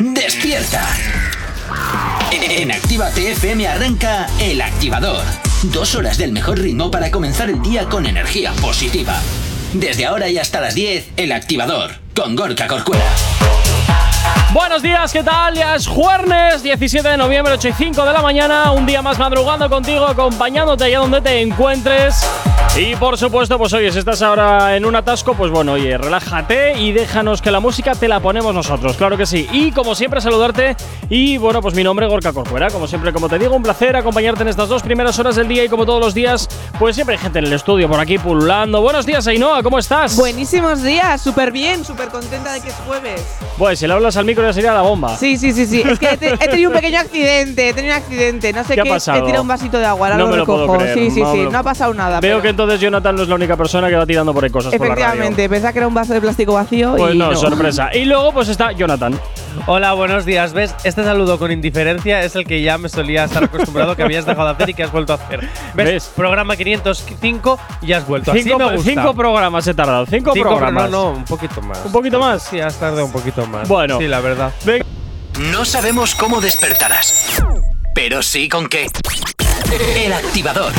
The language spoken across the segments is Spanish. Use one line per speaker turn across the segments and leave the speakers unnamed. despierta. En Activa TFM arranca El Activador. Dos horas del mejor ritmo para comenzar el día con energía positiva. Desde ahora y hasta las 10, El Activador, con Gorka Corcuera.
Buenos días, ¿qué tal? Ya es jueves, 17 de noviembre, 8 y 5 de la mañana. Un día más madrugando contigo, acompañándote allá donde te encuentres. Y por supuesto, pues oye, si estás ahora en un atasco, pues bueno, oye, relájate y déjanos que la música te la ponemos nosotros, claro que sí. Y como siempre, saludarte. Y bueno, pues mi nombre es Gorka Corcuera. Como siempre, como te digo, un placer acompañarte en estas dos primeras horas del día. Y como todos los días, pues siempre hay gente en el estudio por aquí pululando. Buenos días, Ainhoa, ¿cómo estás?
Buenísimos días, súper bien, súper contenta de que es jueves.
Pues si le hablas al micro ya sería la bomba.
Sí, sí, sí, sí. Es que he, te- he tenido un pequeño accidente, he tenido un accidente. No sé
¿Qué ha
qué,
pasado?
he tirado un vasito de agua, ahora
No
lo
me lo puedo
recojo.
creer,
sí, sí,
no me
sí,
lo-
no ha pasado nada.
Veo
pero-
que entonces Jonathan no es la única persona que va tirando por ahí cosas por la radio.
efectivamente, pensaba que era un vaso de plástico vacío
Pues
y
no, sorpresa. Y luego pues está Jonathan.
Hola, buenos días. ¿Ves? Este saludo con indiferencia es el que ya me solía estar acostumbrado que habías dejado de hacer y que has vuelto a hacer. ¿Ves?
¿Ves?
Programa 505 y has vuelto. Así
Cinco,
me gusta.
cinco programas he tardado. Cinco,
Cinco pro-
programas.
No, no, un poquito más.
¿Un poquito más?
Sí, has tardado un poquito más.
Bueno.
Sí, la verdad.
Venga.
No sabemos cómo despertarás, pero sí con qué. El activador.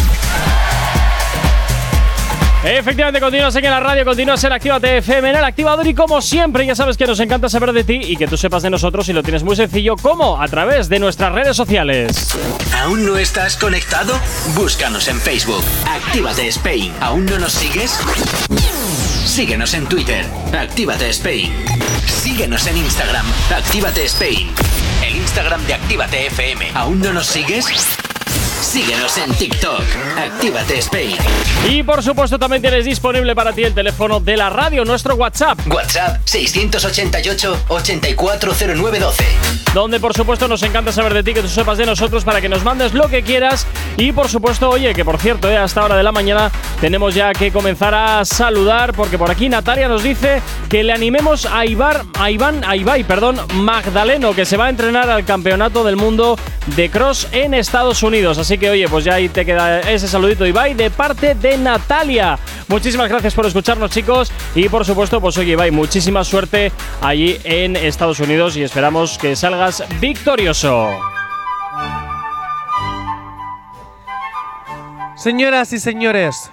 Efectivamente, continúas aquí en la radio, continúas en Actívate FM en el activador y como siempre, ya sabes que nos encanta saber de ti y que tú sepas de nosotros y lo tienes muy sencillo, ¿cómo? A través de nuestras redes sociales.
¿Aún no estás conectado? Búscanos en Facebook. Actívate Spain. ¿Aún no nos sigues? Síguenos en Twitter. Actívate Spain. Síguenos en Instagram. Actívate Spain. El Instagram de Actívate FM. ¿Aún no nos sigues? Síguenos en TikTok. Actívate Spain.
Y por supuesto también tienes disponible para ti el teléfono de la radio, nuestro WhatsApp,
WhatsApp 688 840912.
donde por supuesto nos encanta saber de ti, que tú sepas de nosotros para que nos mandes lo que quieras. Y por supuesto, oye, que por cierto, eh, a esta hora de la mañana tenemos ya que comenzar a saludar, porque por aquí Natalia nos dice que le animemos a, Ibar, a Iván, a Ibai, perdón, Magdaleno, que se va a entrenar al Campeonato del Mundo de Cross en Estados Unidos. Así que oye, pues ya ahí te queda ese saludito, Ibai, de parte de Natalia. Muchísimas gracias por escucharnos, chicos. Y por supuesto, pues oye, Ibai, muchísima suerte allí en Estados Unidos y esperamos que salgas victorioso.
Señoras y señores,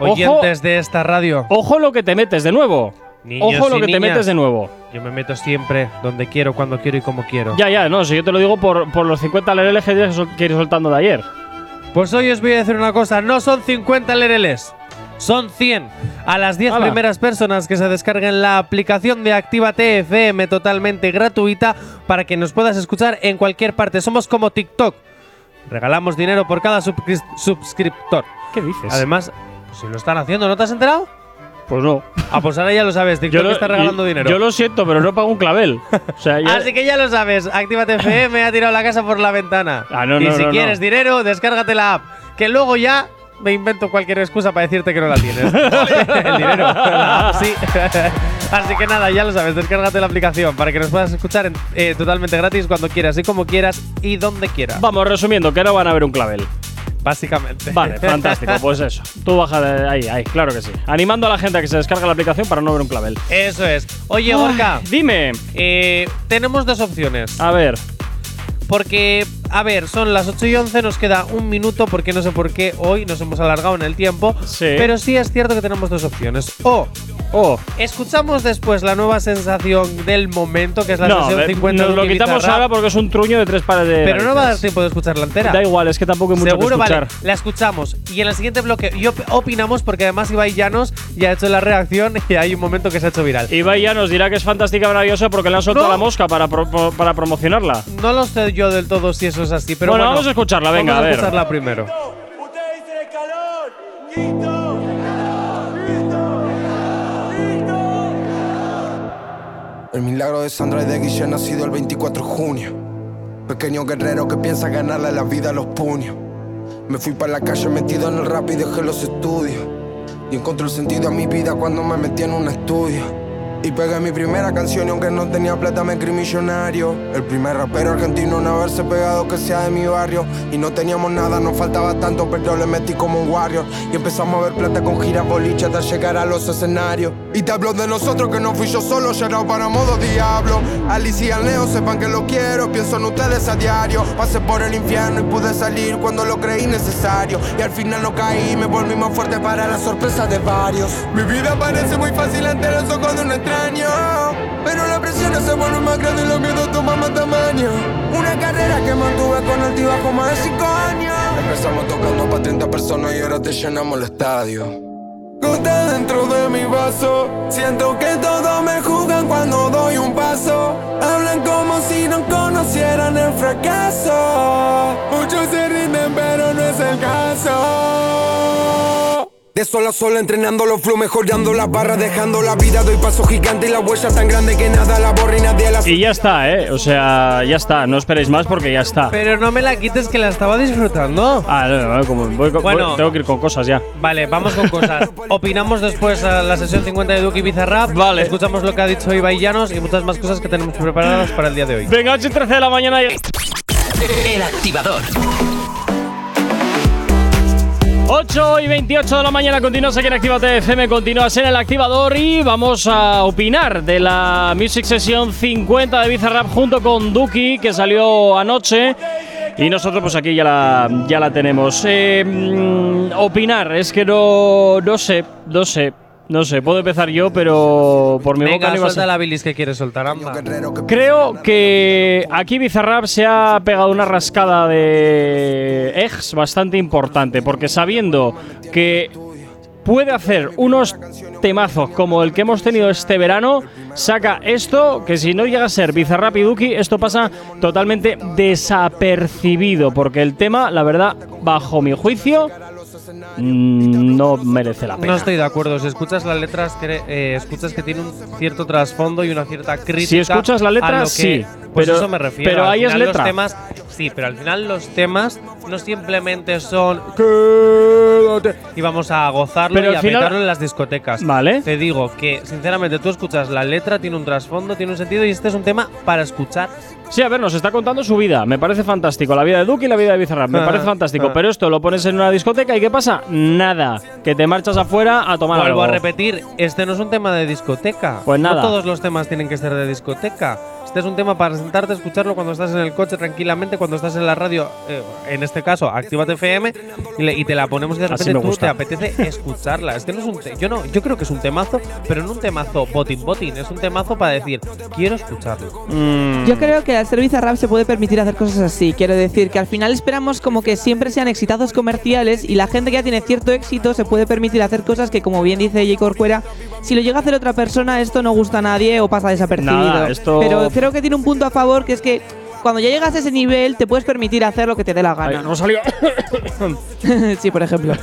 oyentes de esta radio,
Ojo lo que te metes de nuevo.
Niños
Ojo lo
y
que te
niñas.
metes de nuevo.
yo me meto siempre donde quiero, cuando quiero y como quiero.
Ya, ya, no, si yo te lo digo por, por los 50 LLG que sol- que ir soltando de ayer.
Pues hoy os voy a decir una cosa, no son 50 lereles, son 100. A las 10
Ala.
primeras personas que se descarguen la aplicación de Actívate FM totalmente gratuita para que nos puedas escuchar en cualquier parte. Somos como TikTok. Regalamos dinero por cada subcris- suscriptor.
¿Qué dices?
Además, si lo están haciendo, ¿no te has enterado?
pues no.
Ah, pues ahora ya lo sabes, TikTok está regalando
y-
dinero. Ah,
Yo lo siento, pero no pago un clavel. O sea, ya-
Así que ya lo sabes, Actívate FM ha tirado la casa por la ventana.
Ah, no,
y
no,
si
no, no.
quieres dinero, descárgate la app. Que luego ya me invento cualquier excusa para decirte que no la tienes. El dinero. la app, sí. Así que nada, ya lo sabes, descárgate la aplicación para que nos puedas escuchar en- eh, totalmente gratis cuando quieras y como quieras y donde quieras.
Vamos, resumiendo, que no van a ver un clavel.
Básicamente.
Vale, fantástico, pues eso. Tú baja de ahí, ahí, claro que sí. Animando a la gente a que se descargue la aplicación para no ver un clavel. Ah,
Eso es. Oye, Gorka,
Dime,
eh, tenemos dos opciones.
a ver,
Porque, a ver, son las 8 y 11, nos queda un minuto porque no sé por qué hoy nos hemos alargado en el tiempo.
Sí.
Pero sí es cierto que tenemos dos opciones. O
oh,
escuchamos después la nueva sensación del momento, que es la
no,
sesión
ve-
50.
nos
de
lo
Uni
quitamos
Bizarrap,
ahora porque es un truño de tres pares de.
Pero no va a dar
narices.
tiempo de escucharla entera.
Da igual, es que tampoco hay mucho
Seguro,
que
vale.
escuchar.
La escuchamos. Y en el siguiente bloque y op- opinamos porque además Ibai Llanos ya ha hecho la reacción y hay un momento que se ha hecho viral.
Ibai ya nos dirá que es fantástica, maravillosa porque le han soltado
No.
la mosca para, pro- pro- para promocionarla.
No lo sé yo del todo si eso es así, pero
Bueno,
bueno.
vamos a escucharla, venga,
vamos
a
a
ver.
escucharla primero.
Ustedes dicen el calor. Listo. Listo. Listo.
El milagro de Sandra y de Guille nacido el 24 de junio. Pequeño guerrero que piensa ganarle la vida a los puños. Me fui para la calle metido en el rap y dejé los estudios. Y encontré el sentido a mi vida cuando me metí en un estudio. Y pegué mi primera canción y aunque no tenía plata me escribí millonario. El primer rapero argentino en haberse pegado que sea de mi barrio. Y no teníamos nada, nos faltaba tanto, pero le metí como un warrior. Y empezamos a ver plata con giras boliche hasta llegar a los escenarios. Y te hablo de nosotros que no fui yo solo, llorado para modo diablo. Alicia y al Neo sepan que lo quiero, pienso en ustedes a diario. Pasé por el infierno y pude salir cuando lo creí necesario. Y al final no caí, me volví más fuerte para la sorpresa de varios. Mi vida parece muy fácil ante los ojos de un extraño. Pero la presión se vuelve más grande y los miedos toman más tamaño. Una carrera que mantuve con altiva como de cinco años. Empezamos tocando para 30 personas y ahora te llenamos el estadio. Gota dentro de mi vaso. Siento que todos me juzgan cuando doy un paso. Hablan como si no conocieran el fracaso. Muchos se rinden, pero no es el caso. De sol a sol entrenando los flow, mejorando las barras, dejando la vida. Doy paso gigante y la huella tan grande que nada la borra y nadie la
Y ya está, ¿eh? O sea, ya está. No esperéis más porque ya está.
Pero no me la quites que la estaba disfrutando.
Ah, no, no, no, como voy con-
Bueno.
voy- tengo que ir con cosas ya.
Vale, vamos con cosas. Opinamos después a la sesión 50 de Duki Bizarrap.
Vale.
Escuchamos lo que ha dicho Ibai Llanos y muchas más cosas que tenemos preparadas para el día de hoy.
Venga, 8 y 13 de la mañana. y-
El activador.
8 y 28 de la mañana continúas aquí en Actívate FM, continúas en el activador y vamos a opinar de la Music Session 50 de Bizarrap junto con Duki que salió anoche y nosotros pues aquí ya la, ya la tenemos. Eh, mm, opinar, es que no, no sé, no sé, no sé, puedo empezar yo pero por mi boca
Venga,
no iba a
suelta
ser.
la bilis que quieres soltar, amba.
Creo que aquí Bizarrap se ha pegado una rascada de ex bastante importante, porque sabiendo que puede hacer unos temazos como el que hemos tenido este verano, saca esto que si no llega a ser Bizarrap y Duki, esto pasa totalmente desapercibido, porque el tema, la verdad, bajo mi juicio, mm, no merece la
No
pena.
estoy de acuerdo. Si escuchas las letras, cre- eh, escuchas que tiene un cierto trasfondo y una cierta crítica.
Si escuchas la letra,
a lo que-
sí,
Pues
pero-
eso me refiero.
pero
Al
ahí es
final
letra.
Los temas, sí, pero al final los temas no simplemente son. "Quédate", Y vamos a gozarlo
Pero
y
al
a
final-
petarlo en las discotecas.
Vale.
Te digo que, sinceramente, tú escuchas la letra, tiene un trasfondo, tiene un sentido y este es un tema para escuchar.
Sí, a ver, nos está contando su vida. Me parece fantástico. La vida de Duque y la vida de Bizarrap. Me
Ah,
parece fantástico.
ah.
Pero esto lo pones en una discoteca y ¿qué pasa? Nada. Que te marchas afuera a tomar
Vuelvo
algo.
a repetir, este no es un tema de discoteca.
Pues nada.
No todos los temas tienen que ser de discoteca. Este es un tema para sentarte, escucharlo cuando estás en el coche tranquilamente, cuando estás en la radio, eh, en este caso, Actívate FM, y, le- y te la ponemos y de
Así
repente
me
tú
gusta.
te apetece escucharla. Este no es un te- yo no, yo creo que es un temazo, pero no un temazo botín botín, es un temazo para decir, quiero escucharlo.
Yo creo que al ser Bizarrap se puede permitir hacer cosas así. Quiero decir que al final esperamos como que siempre sean exitazos comerciales y la gente que ya tiene cierto éxito se puede permitir hacer cosas que, como bien dice J. Corcuera, si lo llega a hacer otra persona, esto no gusta a nadie o pasa desapercibido.
Nada, esto-
Pero creo que tiene un punto a favor que es que cuando ya llegas a ese nivel te puedes permitir hacer lo que te dé la
Ay,
gana.
no salió.
sí, por ejemplo.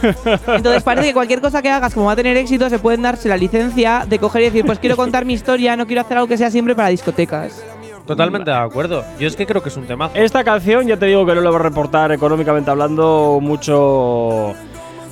Entonces parece que cualquier cosa que hagas, como va a tener éxito, se pueden darse la licencia de coger y decir, pues quiero contar mi historia, no quiero hacer algo que sea siempre para discotecas.
Totalmente de acuerdo. Yo es que creo que es un temazo.
Esta canción ya te digo que no le va a reportar económicamente hablando mucho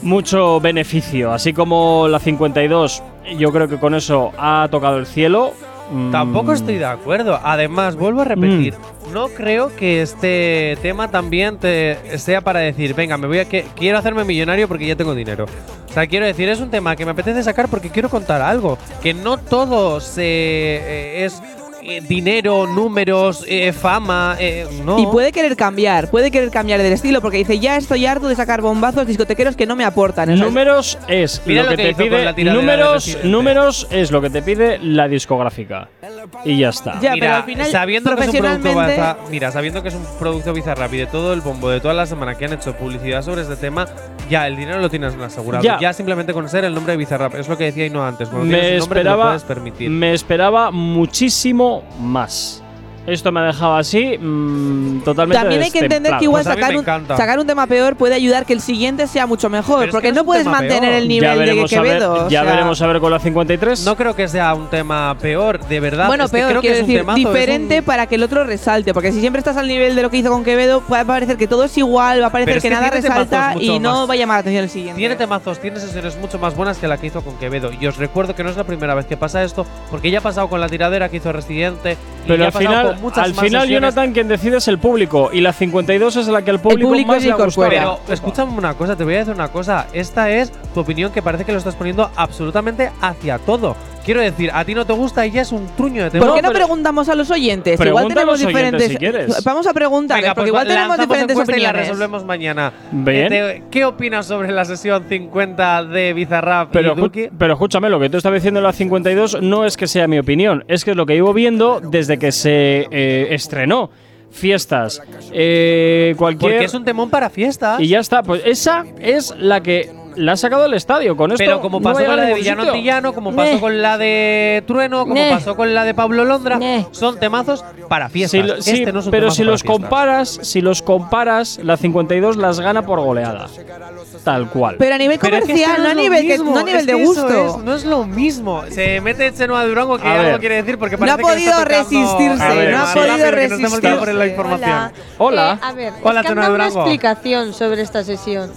mucho beneficio, así como la 52. Yo creo que con eso ha tocado el cielo. Mm,
Tampoco estoy de acuerdo. Además, vuelvo a
Mm.
repetir, no creo que este tema también te sea para decir, venga, me voy a que quiero hacerme millonario porque ya tengo dinero. O sea, quiero decir, es un tema que me apetece sacar porque quiero contar algo, que no todo se eh, es eh, dinero, números, eh, fama, eh, no.
Y puede querer cambiar, puede querer cambiar del estilo, porque dice, ya estoy harto de sacar bombazos discotequeros que no me aportan. O sea,
Números es
Mira
lo
lo
que,
que
te
hizo con la
pide.
tiradera de
Números,
Residente.
números es lo que te pide la discográfica. Y ya está.
Ya, pero
Mira,
al final,
sabiendo que es un producto
profesionalmente-
baza- mira, sabiendo que es un producto bizarrap y de todo el bombo de toda la semana que han hecho publicidad sobre este tema, ya el dinero lo tienes asegurado.
Ya.
Ya, simplemente con ser el nombre de bizarrap, es lo que decía no antes, cuando
me
tienes un nombre te lo
esperaba
puedes permitir.
me esperaba muchísimo más esto me ha dejado así, mm, totalmente
También hay que entender que igual
Pues a mí
sacar
me
un,
encanta.
sacar un tema peor puede ayudar que el siguiente sea mucho mejor,
Pero es que
porque
no es
no,
un
puedes
tema
mantener
peor.
el
ya
nivel de
veremos,
Quevedo.
a ver,
o
ya
sea,
veremos a ver con la 53.
No creo que sea un tema peor, de verdad.
Bueno,
Es que
peor,
creo que
quiero
es un
decir,
temazo, es un-
diferente para que el otro resalte, porque si siempre estás al nivel de lo que hizo con Quevedo, va a parecer que todo es igual, va a parecer
Pero
que,
es que
nada
tiene temazos
resalta
mucho
y no
más.
va a llamar la atención el siguiente.
Tiene temazos, tiene sesiones mucho más buenas que la que hizo con Quevedo. Y os recuerdo que no es la primera vez que pasa esto, porque ya ha pasado con la tiradera que hizo Residente. y
Pero
ya
al
ha pasado
final,
con muchas
al
más
final
sesiones.
Jonathan, quien decide es el público. Y la 52 es la que al público,
público
más
es
le ha
Igor
gustado.
Cuera.
Pero escúchame una cosa, te voy a decir una cosa. Esta es tu opinión que parece que lo estás poniendo absolutamente hacia todo. Quiero decir, a ti no te gusta y ya es un truño de tema.
¿Por qué
No,
no
pero-
preguntamos a los oyentes? Igual
Pregunta a los
tenemos
oyentes,
diferentes.
si quieres.
Vamos a preguntarles,
Venga,
porque
pues
igual tenemos
lanzamos
diferentes
encuesta y la
opiniones.
resolvemos mañana.
Bien.
Eh, te- ¿Qué opinas sobre la sesión 50 de Bizarrap
Pero,
y
escu-
Duki?
pero escúchame, lo que tú estás diciendo en la 52 no es que sea mi opinión, es que es lo que llevo viendo desde que se eh, estrenó. Fiestas, eh, cualquier.
Porque es un temón para fiestas.
Y ya está, pues esa es la que la ha sacado al estadio. Con esto
Pero como
no va a
pasó
llegar
con
a
la de
ningún
Villano
sitio.
Antillano, como
Neh.
pasó con la de Trueno, como
Neh.
pasó con la de Pablo Londra,
Neh.
son temazos para
Si
fiestas.
lo-
Este
sí,
no es un
pero
temazo
si
para
los
fiestas.
comparas, si los comparas, la 52 las gana por goleada. Tal cual.
Pero a nivel
Pero es que
comercial,
esto
no, a
es lo
nivel, que-
mismo,
no a nivel
es
de
que eso
gusto.
es- no es lo mismo. Se mete Chenoa Durango, que
A
algo
ver.
quiere decir, porque
No ha
parece que le está
podido
tocando-
resistirse,
A ver. no ha
Más
podido
rápido, que nos estamos quedando por la
resistirse.
información.
Hola.
Eh, a ver,
Hola,
es que han
Tona
dado una
Durango.
explicación sobre esta sesión.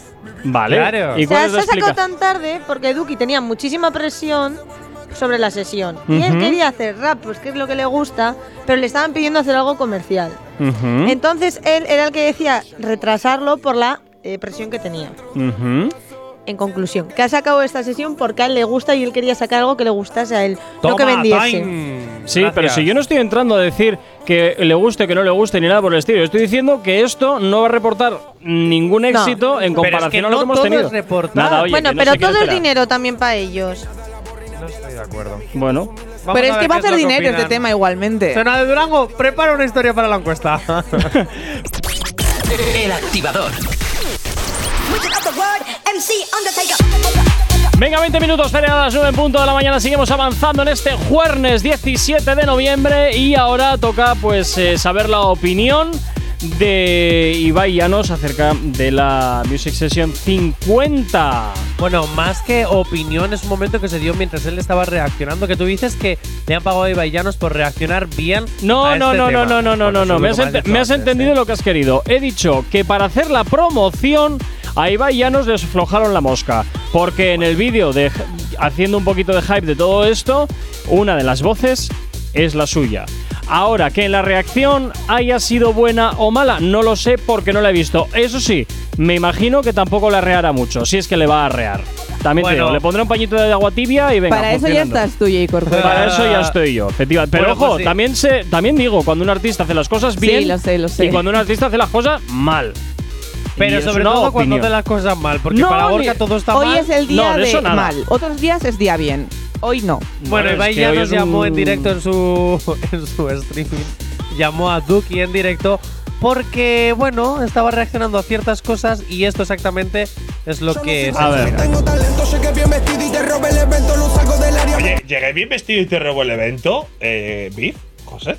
vale.
Claro.
¿Y
O sea,
cuál es
se
la
ha sacado
explicación?
tan tarde porque Duki tenía muchísima presión sobre la sesión. Y él
Ujú.
quería hacer rap, pues que es lo que le gusta, pero le estaban pidiendo hacer algo comercial.
Ujú,
Entonces él era el que decía retrasarlo por la eh, presión que tenía.
ujú.
En conclusión, que ha sacado esta sesión porque a él le gusta y él quería sacar algo que le gustase a él, no que
Toma,
vendiese.
time.
Sí,
Gracias.
pero si yo no estoy entrando a decir que le guste, que no le guste, ni nada por el estilo. Estoy diciendo que esto no va a reportar ningún éxito en
Pero es que
comparación a lo
no
que hemos
todo
tenido.
es reportar.
Nada, oye,
bueno,
que no
pero
se quiero
todo es
enterar.
dinero también para ellos.
No estoy de acuerdo.
Bueno,
Vamos
Pero es
ver
que va a
qué
hacer
lo que
dinero este
opinan.
tema igualmente.
Chenoa de Durango, prepara una historia para la encuesta.
El activador.
venga, 20 minutos, feria a las 9 en punto de la mañana. Seguimos avanzando en este jueves 17 de noviembre y ahora toca pues eh, saber la opinión de Ibai Llanos acerca de la Music Session 50.
Bueno, más que opinión, es un momento que se dio mientras él estaba reaccionando. Que tú dices que le han pagado a Ibaillanos por reaccionar bien.
No,
a
no,
este
no, no,
tema.
no, no, no,
Bueno,
no, no.
eso es
Me
lo
has, ent-
que me has dicho
me has
antes,
entendido
¿eh?
lo que has querido. He dicho que para hacer la promoción a Ibai Llanos les aflojaron la mosca. Porque en el vídeo, de, haciendo un poquito de hype de todo esto, una de las voces es la suya. Ahora, que en la reacción haya sido buena o mala, no lo sé porque no la he visto. Eso sí, me imagino que tampoco la reará mucho, si es que le va a rear. También te
Bueno.
digo, le pondré un pañito de agua tibia y venga.
Para eso ya
funcionando.
estás tú, J. Corcuera.
Para eso ya estoy yo, efectivamente. Pero
Ah. Bueno, pues
ojo,
sí.
también se, también digo, cuando un artista hace las cosas
Sí,
bien
lo sé, lo sé.
y cuando un artista hace las cosas mal. Y
Pero
es
sobre
una
todo cuando
opinión.
hace las cosas mal, porque
No,
para
ni-
Gorka todo está mal.
Hoy es el día
No, de
de,
eso nada.
mal. Otros días es día bien. Hoy no.
Bueno,
es
Ibai
que
ya
hoy
nos
es un-
llamó en directo en su, en su streaming. Llamó a Duki en directo porque, bueno, estaba reaccionando a ciertas cosas y esto exactamente es lo que es.
A ver.
Tengo talento, sé que bien vestido y te robo el evento, no salgo del área.
Oye, llegué bien vestido y te robó el evento. Eh, ¿Bif? José.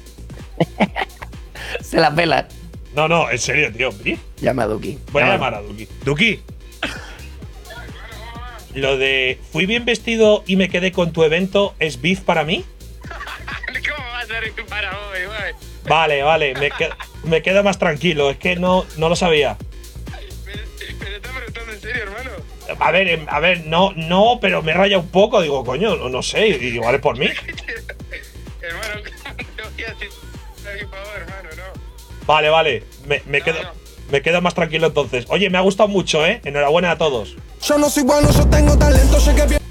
Se la pela.
No, no, en serio, tío. ¿Bif?
Llama a Duki.
Voy a
Llama.
llamar a Duki. Duki. Lo de fui bien vestido y me quedé con tu evento, ¿es Bif para mí? ¿Cómo va a ser para hoy, Vale, vale, me, que- me quedo más tranquilo, es que no, no lo sabía. Pero, estás preguntando en serio, hermano. A ver, em, a ver, no, no, pero me raya un poco, digo, coño, no, no sé, igual es por mí.
Hermano, te voy a decir por favor, hermano, no.
Vale, vale. Me, me quedo,
no.
me quedo más tranquilo entonces. Oye, me ha gustado mucho, ¿eh? Enhorabuena a todos.
Yo no soy bueno, yo tengo talento, sé que bien.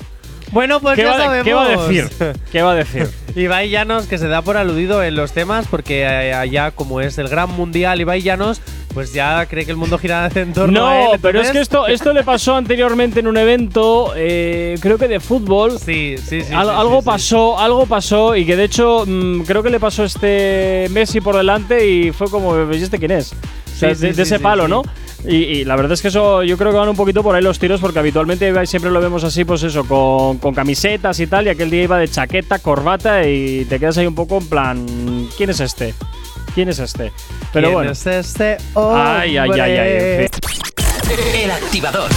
Bueno, pues
¿Qué,
ya
va de-
sabemos.
qué va a decir? ¿Qué va a decir?
Ibai Llanos, que se da por aludido en los temas, porque eh, allá, como es el gran mundial, Ibai Llanos, pues ya cree que el mundo gira en torno
no,
a él.
pero es
entonces-
que esto, esto le pasó anteriormente en un evento, eh, creo que de fútbol.
Sí, sí, sí.
Al-
sí,
algo
sí, sí.
pasó, algo pasó y que de hecho mm, creo que le pasó este Messi por delante y fue como, ¿viste quién es? O sea,
Sí, sí,
de, de
sí,
ese
sí,
palo,
sí.
¿no? Y, y la verdad es que eso, yo creo que van un poquito por ahí los tiros, porque habitualmente va- siempre lo vemos así, pues eso, con, con camisetas y tal, y aquel día iba de chaqueta, corbata, y te quedas ahí un poco en plan, ¿quién es este? ¿Quién es este? Pero
¿Quién
bueno.
es este
Ay, ay, ay, ay,
hombre?
en fin.
El activador.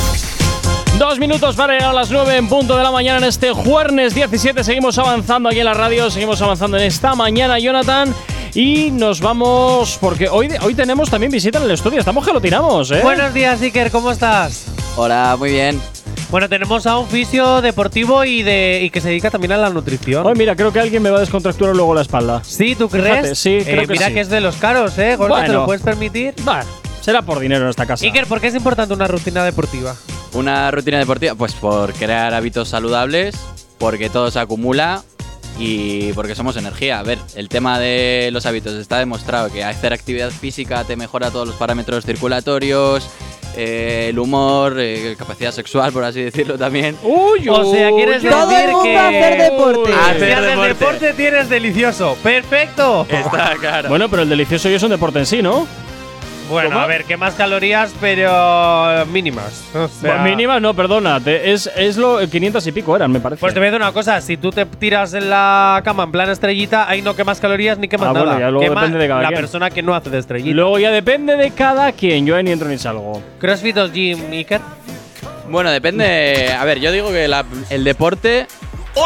Dos minutos para llegar a las 9 en punto de la mañana en este jueves 17. Seguimos avanzando aquí en la radio, seguimos avanzando en esta mañana, Jonathan. Y nos vamos, porque hoy, hoy tenemos también visita en el estudio. Estamos que lo tiramos, ¿eh?
Buenos días, Iker, ¿cómo estás?
Hola, muy bien.
Bueno, tenemos a un fisio deportivo y, de, y que se dedica también a la nutrición.
Hoy, mira, creo que alguien me va a descontracturar luego la espalda.
¿Sí? ¿Tú crees?
Fíjate, sí,
Eh,
creo que
Mira
sí.
que es de los caros, ¿eh? Gorka, ¿te
Bueno.
lo puedes permitir?
Bueno, será por dinero en esta casa.
Iker, ¿por qué es importante una rutina deportiva?
Una rutina deportiva, pues por crear hábitos saludables, porque todo se acumula y porque somos energía. A ver, el tema de los hábitos está demostrado que hacer actividad física te mejora todos los parámetros circulatorios, eh, el humor, eh, capacidad sexual, por así decirlo también.
Uy,
O sea, ¿quieres decir
uy,
que
Uy. Hacer
Si haces
deporte.
deporte tienes delicioso. ¡Perfecto!
Eh,
Está claro.
Bueno, pero el delicioso y es un deporte en sí, ¿no?
Bueno,
¿Cómo?
a ver, ¿qué más calorías, pero mínimas? O sea-
Pues mínimas, no, perdona. te- es, es lo 500 y pico eran, me parece.
Pues te voy a decir una cosa, si tú te tiras en la cama en plan estrellita, ahí no quemas calorías ni quemas
Ah, bueno,
nada.
ya luego
Quema
depende de cada
la
quien.
persona que no hace de
y
estrellita.
luego ya depende de cada quien. Yo ahí ni entro ni salgo.
CrossFit o Gym, Iker.
Bueno, depende. A ver, yo digo que la- el deporte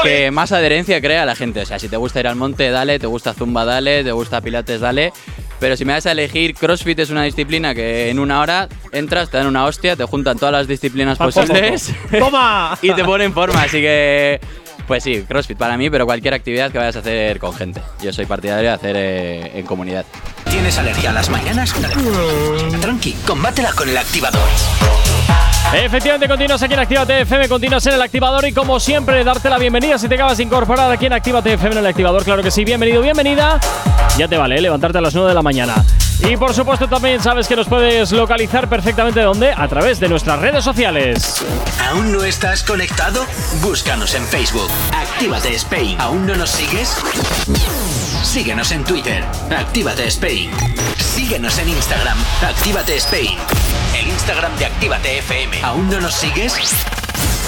que más adherencia crea a la gente. O sea, si te gusta ir al monte, dale, te gusta zumba, dale, te gusta pilates, dale. Pero si me das a elegir, CrossFit es una disciplina que en una hora entras, te dan una hostia, te juntan todas las disciplinas
Paco
posibles
¡Toma!
y te ponen en forma. Así que, pues sí, CrossFit para mí, pero cualquier actividad que vayas a hacer con gente. Yo soy partidario de hacer eh, en comunidad.
¿Tienes alergia a las mañanas? Tranqui, combátela con el activador.
Efectivamente, continúas aquí en Actívate FM, continúas en el activador y como siempre, darte la bienvenida si te acabas de incorporar aquí en Actívate FM en el activador. Claro que sí, bienvenido, bienvenida. Ya te vale, ¿eh? levantarte a las 9 de la mañana. Y por supuesto, también sabes que nos puedes localizar perfectamente dónde? A través de nuestras redes sociales.
¿Aún no estás conectado? Búscanos en Facebook. Actívate Spain. ¿Aún no nos sigues? Síguenos en Twitter. Actívate Spain. Síguenos en Instagram. Actívate Spain. El Instagram de Actívate FM. ¿Aún no nos sigues?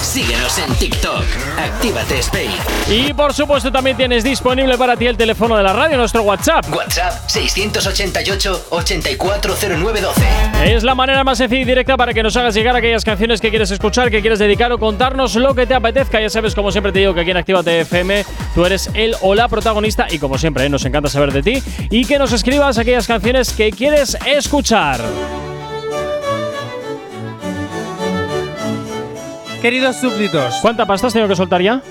Síguenos en TikTok. Actívate Spain.
Y por supuesto, también tienes disponible para ti el teléfono de la radio, nuestro WhatsApp.
WhatsApp 688 840912.
Es la manera más sencilla y directa para que nos hagas llegar aquellas canciones que quieres escuchar, que quieres dedicar o contarnos lo que te apetezca. Ya sabes, como siempre te digo, que aquí en Actívate FM tú eres el o la protagonista y como siempre, ¿eh? nos encanta saber de ti y que nos escribas aquellas canciones que quieres escuchar.
Queridos súbditos.
¿Cuánta pasta has tenido que soltar ya?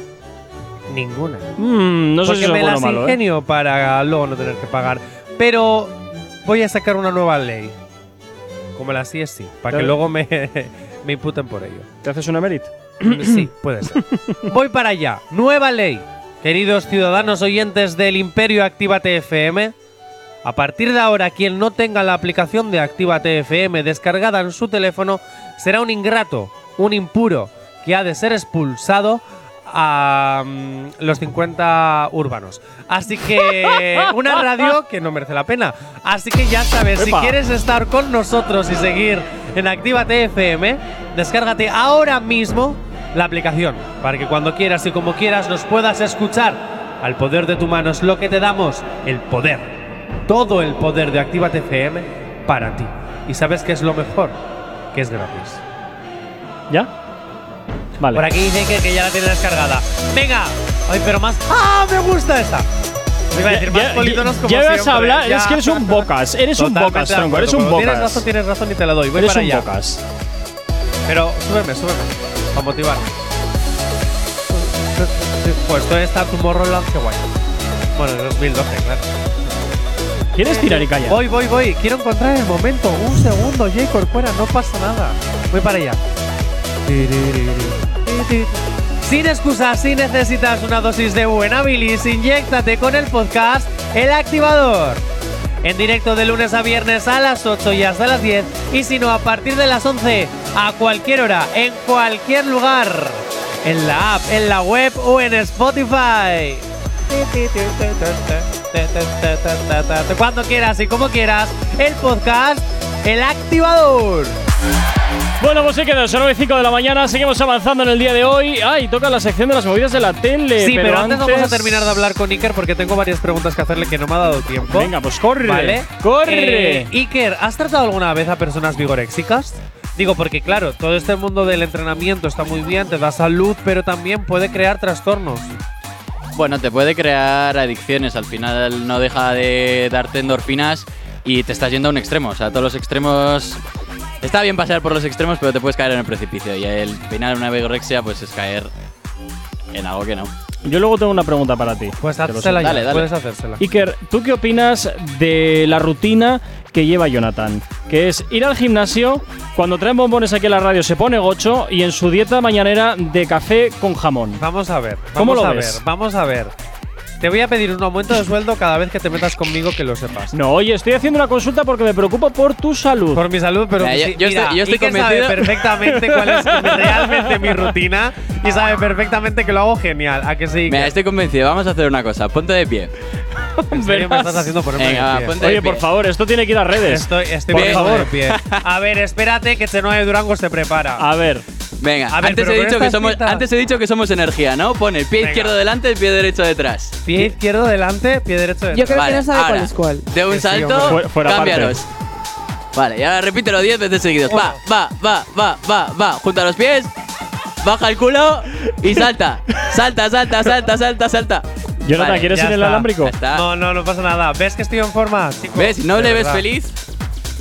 Ninguna.
Mm, no sé
Porque
si eso
me
es bueno
las
o malo. ¿eh?
ingenio para luego no tener que pagar. Pero voy a sacar una nueva ley. Como la CSI, para que
Claro.
luego me, me imputen por ello.
¿Te haces una merit?
Sí, puede ser. Voy para allá. Nueva ley. Queridos ciudadanos oyentes del Imperio Actívate FM, a partir de ahora quien no tenga la aplicación de Actívate FM descargada en su teléfono será un ingrato, un impuro, que ha de ser expulsado a mm, los 50 urbanos. Así que una radio que no merece la pena. Así que ya sabes, si
Epa.
quieres quieres estar con nosotros y seguir en Actívate FM, descárgate ahora mismo la aplicación para que cuando quieras y como quieras nos puedas escuchar. Al poder de tu mano es lo que te damos, el poder. Todo el poder de Actívate FM para ti. ¿Y sabes qué es lo mejor? Que es gratis.
¿Ya? Vale.
Por aquí dice que, que ya la tiene descargada. ¡Venga! ¡Ay, pero más! ¡Ah, me gusta esta! Iba a decir, más
ya,
polítonos
ya-
como
ya vas a
siempre,
hablar,
ya.
es que eres un bocas, eres un
Totalmente
bocas,
de
tronco,
acuerdo.
eres un
Como Tienes
bocas.
razón, tienes razón y te la doy. Voy
Eres
para
un
allá.
bocas.
Pero súbeme, súbeme. Para motivar. Pues todo está Tomorrowland, qué guay. Bueno, en 2012, claro.
¿Quieres tirar y callar?
Voy, voy, voy. Quiero encontrar el momento. Un segundo, J. Corcuera, no pasa nada. Voy para allá. Sin excusas, si necesitas una dosis de buena bilis, inyéctate con el podcast El Activador. En directo de lunes a viernes a las 8 y hasta las 10. Y si no, a partir de las 11, a cualquier hora, en cualquier lugar. En la app, en la web o en Spotify. Cuando quieras y como quieras, el podcast El Activador.
Bueno, pues se queda, son 9 y 5 de la mañana, seguimos avanzando en el día de hoy. Ay, toca la sección de las movidas de la tele.
Sí, Eh, pero, antes, vamos a terminar de hablar con Iker porque tengo varias preguntas que hacerle que no me ha dado tiempo.
Venga, pues corre,
¿Vale?
corre.
Eh, Iker, ¿has tratado alguna vez a personas vigorexicas? Digo, porque claro, todo este mundo del entrenamiento está muy bien, te da salud, pero también puede crear trastornos.
Bueno, te puede crear adicciones. Al final no deja de darte endorfinas y te estás yendo a un extremo. O sea, todos los extremos. Está bien pasar por los extremos, pero te puedes caer en el precipicio. Y al final, una vigorexia, pues es caer en algo que no.
Yo luego tengo una pregunta para ti.
Pues
Que lo
házela
sé.
ya, Dale, dale. puedes hacérsela.
Iker, ¿tú qué opinas de la rutina que lleva Jonathan? Que es ir al gimnasio, cuando traen bombones aquí a la radio se pone gocho y en su dieta mañanera de café con jamón.
Vamos a ver.
¿Cómo
vamos
lo
a
ves?
ver, vamos a ver. Te voy a pedir un aumento de sueldo cada vez que te metas conmigo que lo sepas.
No, oye, estoy haciendo una consulta porque me preocupo por tu salud.
Por mi salud, pero
Mira, yo-
sí,
yo estoy- yo estoy
Iker sabe
convencido-
perfectamente cuál es realmente mi rutina y sabe perfectamente que lo hago genial. ¿A que sí? Iker?
Mira, estoy convencido. Vamos a hacer una cosa. Ponte de pie.
Estoy- me estás haciendo ponerme de
Venga, va,
pie.
ponte de
Oye,
pie.
por favor, esto tiene que ir a redes.
Estoy, estoy
Por
poniéndome
favor.
de pie. A ver, espérate que Chenoa de Durango se prepara.
A ver,
Venga,
A ver,
antes,
pero
he
con
dicho que
estas
somos,
citas-
antes he dicho que somos energía, ¿no? Pone pie
Venga.
izquierdo delante, pie derecho detrás.
Pie izquierdo delante, pie derecho detrás.
Yo creo
Vale,
que no sabe
ahora,
cuál es cuál.
De un
Sí, sí,
salto,
hombre. Fu- fuera parte.
cámbialos. Vale, y ahora repítelo 10 veces seguidos. Va, va, va, va, va, va. Junta los pies, baja el culo y salta. Salta, salta, salta, salta, salta.
Jonathan,
Vale,
¿quieres
ya
ir el
está.
alámbrico?
Ya está.
No, no, no pasa nada. ¿Ves que estoy en forma? chicos?
¿Ves? ¿No
De
le ves
verdad.
feliz?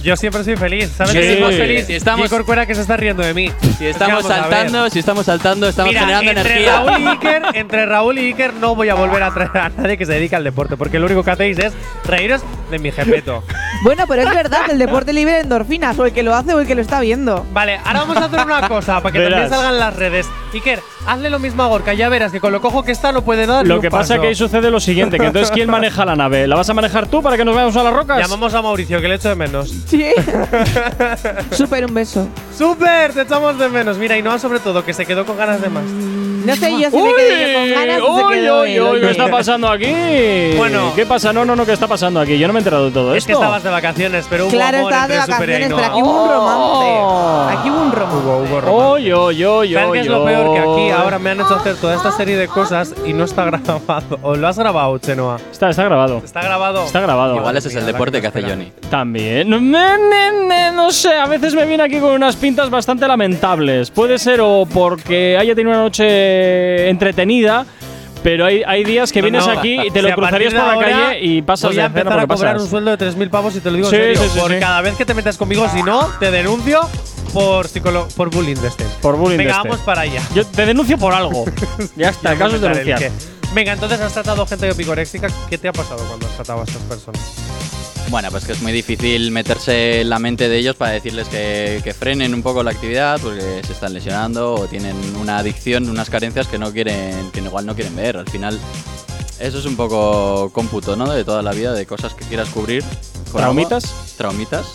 Yo siempre soy feliz. ¿Sabes?
Sí.
que soy más feliz.
Si estamos-
Y Corcuera que se está riendo de mí.
Si estamos
Vamos a ver.
saltando, si estamos saltando, estamos
Mira,
generando
entre
energía.
Raúl y Iker, entre Raúl y Iker no voy a volver a traer a nadie que se dedique al deporte, porque lo único que hacéis es reíros de mi jepeto.
Bueno, pero es verdad que el deporte libre endorfinas, o el que lo hace o el que lo está viendo.
Vale, ahora vamos a hacer una cosa para que
Verás.
también salgan las redes. Iker, hazle lo mismo a Gorka, ya verás que con lo cojo que está no puede dar. ni
Lo
un
que pasa
paso.
que ahí sucede lo siguiente, que entonces ¿quién maneja la nave? ¿La vas a manejar tú para que nos vayamos a las rocas?
Llamamos a Mauricio, que le echo de menos.
Sí. Súper un beso.
¡Súper! Te echamos de menos. Mira, y no sobre todo, que se quedó con ganas de más.
No sé yo si
Uy,
me quedé con ganas o se
uy,
quedó
uy,
él,
uy,
oye.
¿qué está pasando aquí?
Bueno.
¿Qué pasa? No, no, no, ¿qué está pasando aquí? Yo no me he enterado de todo
Es que
esto.
estabas de vacaciones, pero hubo
Claro,
amor
estaba de
entre este Super y
vacaciones, pero
Ainhoa.
aquí hubo un romance. Aquí hubo un romance.
Hubo, hubo romance.
Oy, oy, oy,
¿Sabes
oy,
qué es lo peor? Que aquí
oy.
ahora me han hecho hacer toda esta serie de cosas y no está grabado. ¿O lo has grabado, Chenoa?
Está, está grabado.
¿Está grabado?
Está grabado.
Igual ese es el
Mira, la
deporte
que
que
me
hace
espera.
Johnny.
También. No, ne, ne, ne, no sé, a veces me viene aquí con unas pintas bastante lamentables. Puede ser o porque haya tenido una noche entretenida. Pero hay, hay días que
No,
vienes
no.
aquí y te
Si
lo
a
cruzarías
partir de
por la
ahora
calle y pasas
voy
de
a
cena
empezar
por
a
lo que
cobrar
pasas.
un sueldo de 3.000 pavos y te lo digo
Sí,
en serio.
sí, sí,
por
sí.
cada vez que te metas conmigo, si no, te denuncio por psicolo- por bullying de este.
Por bullying de
Venga,
este.
vamos para allá.
Yo te denuncio por algo. ya está, el
Ya
caso
voy
es
a empezar
denunciar.
el qué. Venga, entonces has tratado gente picoréxica. ¿Qué te ha pasado cuando has tratado a estas personas?
Bueno, pues que es muy difícil meterse en la mente de ellos para decirles que, que frenen un poco la actividad porque se están lesionando o tienen una adicción, unas carencias que no quieren, que igual no quieren ver. Al final, eso es un poco cómputo, ¿no? De toda la vida, de cosas que quieras cubrir. con algo.
¿Traumitas?
Traumitas.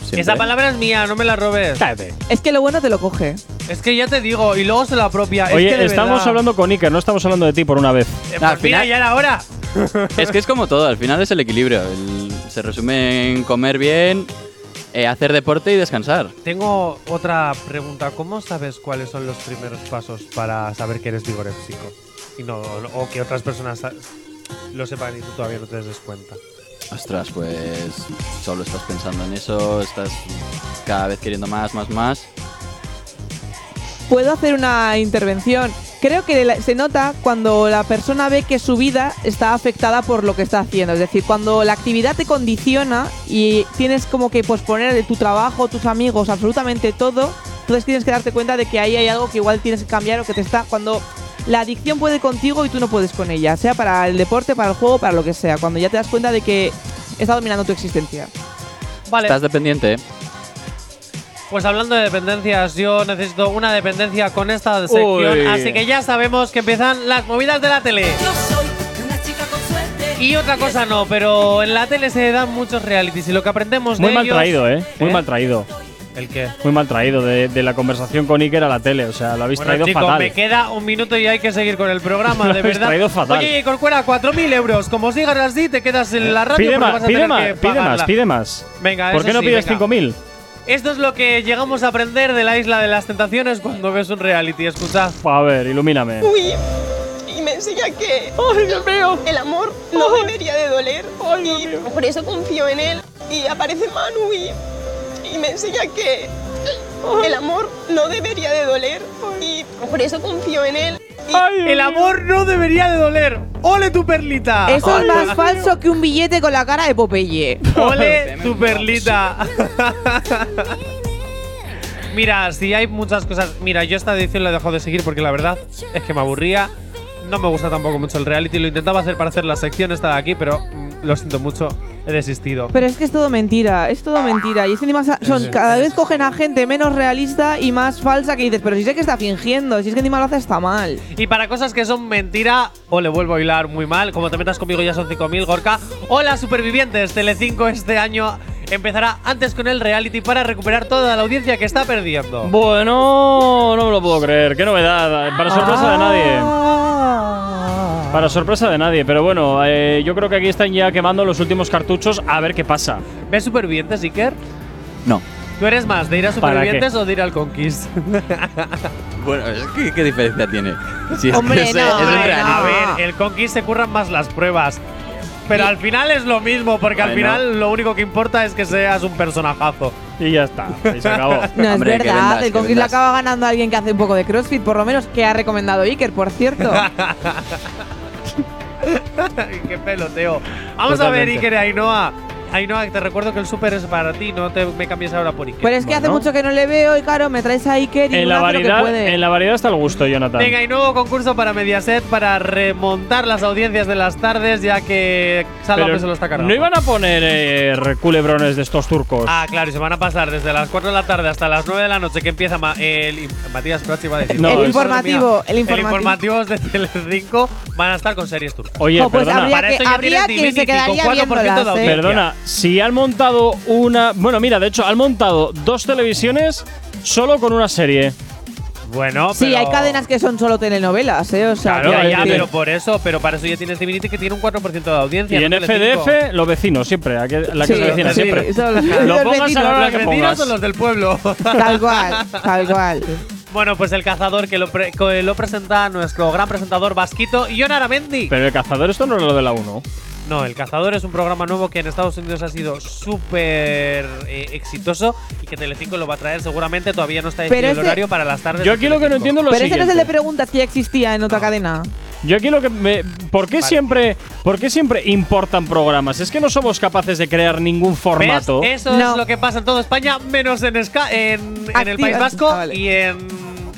siempre.
Esa palabra es mía, no me la robes.
Cállate.
Es que lo bueno te lo coge.
Es que ya te digo, y luego se la propia.
Oye,
es que de
estamos
verdad.
hablando con Iker, no estamos hablando de ti por una vez.
Eh, pues
Al
mira,
final-
ya era hora.
Es que es como todo, al final es el equilibrio. El- se resume en comer bien, eh, hacer deporte y descansar.
Tengo otra pregunta. ¿Cómo sabes cuáles son los primeros pasos para saber que eres vigorépsico? Y no, o o que otras personas sa- lo sepan y tú todavía no te des cuenta.
Ostras, pues solo estás pensando en eso, estás cada vez queriendo más, más, más.
Puedo hacer una intervención. Creo que la- se nota cuando la persona ve que su vida está afectada por lo que está haciendo. Es decir, cuando la actividad te condiciona y tienes como que posponer de tu trabajo, tus amigos, absolutamente todo, entonces tienes que darte cuenta de que ahí hay algo que igual tienes que cambiar o que te está. Cuando la adicción puede contigo y tú no puedes con ella, sea para el deporte, para el juego, para lo que sea. Cuando ya te das cuenta de que está dominando tu existencia.
Vale,
Estás dependiente. ¿eh?
pues hablando de dependencias, yo necesito una dependencia con esta sección.
Uy.
Así que ya sabemos que empiezan las movidas de la tele. Y otra cosa no, pero en la tele se dan muchos realities y lo que aprendemos
Muy
de
mal
ellos-
traído, ¿eh? Muy
¿Eh?
mal traído.
¿El qué?
Muy mal traído de, de la conversación con Iker a la tele. O sea, lo habéis
Bueno,
traído
chicos,
fatal.
me queda un minuto y hay que seguir con el programa,
Lo
de
habéis
verdad.
traído fatal.
Oye, Corcuera, 4.000 euros. Como sigas así, te quedas en la radio
pide
porque
más,
vas a
pide
tener
más,
que
pide más,
pagarla.
pide más.
Venga,
¿Por
eso
qué no
sí,
pides
venga.
5.000?
Esto es lo que llegamos a aprender de la isla de las tentaciones cuando ves un reality. Escucha.
A ver, ilumíname.
Uy, y me enseña que el amor no debería de doler. y por eso confío en él. Y aparece Manu y, y me enseña que el amor no debería de doler. Y por eso confío en él. Y-
El amor no debería de doler. ¡Ole tu perlita!
Eso es
Ole.
más falso que un billete con la cara de Popeye.
Ole tu perlita. Mira, si hay muchas cosas. Mira, yo esta edición la he dejado de seguir porque la verdad es que me aburría. No me gusta tampoco mucho el reality. Lo intentaba hacer para hacer la sección esta de aquí, pero mm, lo siento mucho. He desistido.
Pero es que es todo mentira, es todo mentira. Y es que encima sa- son,
sí.
cada vez cogen a gente menos realista y más falsa que dices, pero si sé que está fingiendo, si es que encima lo hace está mal.
Y para cosas que son mentira, o le vuelvo a hilar muy mal, como te metas conmigo ya son 5.000, Gorka. Hola, supervivientes. Telecinco este año empezará antes con el reality para recuperar toda la audiencia que está perdiendo.
Bueno, no me lo puedo creer. Qué novedad. Para sorpresa de nadie. Ah. Para sorpresa de nadie. Pero bueno, eh, yo creo que aquí están ya quemando los últimos cartuchos a ver qué pasa.
¿Ves supervivientes, Iker?
No.
¿Tú eres más de ir a
¿Para qué?
supervivientes o de ir al Conquist?
Bueno, es que- ¿qué, diferencia tiene? Si es
Hombre,
que es- es un reality.
A ver, el Conquist se curran más las pruebas. Pero al final es lo mismo, porque al
Bueno.
final lo único que importa es que seas un personajazo.
Y ya está, y se acabó.
No es verdad, el Conquist la acaba ganando alguien que hace un poco de CrossFit, por lo menos que ha recomendado Iker, por cierto.
Qué peloteo. Vamos a ver,
Totalmente.
Iker y Ainhoa. Ainhoa, te recuerdo que el súper es para ti, no te me cambies ahora por Iker.
Pero Pues es que hace mucho que no le veo y claro, me traes a Iker y
En
no
la,
hace lo que
variedad,
puede.
en la variedad está el gusto, Jonathan.
Venga, y nuevo concurso para Mediaset para remontar las audiencias de las tardes, ya que Sálvame
Pero
se lo está cargando.
no iban a poner eh, culebrones de estos turcos.
Ah, claro, y se van a pasar desde las 4 de la tarde hasta las 9 de la noche que empieza Ma- el in- Matías Prats iba a decir.
No, El
Madre
informativo,
mía.
el informativo.
informativos de Telecinco van a estar con series turcas.
Oye, Jo, pues perdona. habría
Para
que-
esto ya
habría
tienen
quien se
Divinity
quedaría
con 4% de
viéndolas, ¿eh?
audiencia.
Perdona, si han montado una. Bueno, mira, de hecho, han montado dos televisiones solo con una serie.
Bueno,
¿eh? Sí, hay cadenas que son solo telenovelas, ¿eh? O sea,
ya,
quiero
ya,
decir-
pero por eso, pero para eso ya tienes Divinity que tiene un 4% de
Y
audiencia.
en
no Telecinco.
FDF, los vecinos, siempre. la que- La que
Sí,
se vecina,
sí,
siempre.
son los-
Lo
los
pongas a
vecinos,
la hora
los
que
vecinos
pongas.
o los del pueblo.
Tal cual, tal cual.
Bueno, pues el cazador que lo, pre- que lo presenta nuestro gran presentador vasquito, Ion Aramendi.
Pero el cazador, esto no era lo de la 1.
No, El Cazador es un programa nuevo que en Estados Unidos ha sido súper eh, exitoso y que Telecinco lo va a traer seguramente. Todavía no está
Pero
decidido el
ese-
horario para las tardes.
Yo
de
aquí lo que no
Telecinco.
entiendo es lo
Pero ese no es el de
siguiente.
preguntas que ya existía en otra cadena.
Yo aquí lo que me. ¿Por qué, siempre, ¿Por qué siempre importan programas? Es que no somos capaces de crear ningún
¿Ves?
formato.
Eso es lo que pasa en toda España, menos en, Esca- en, en el
Activa-
País Vasco
Ah, vale.
y, en,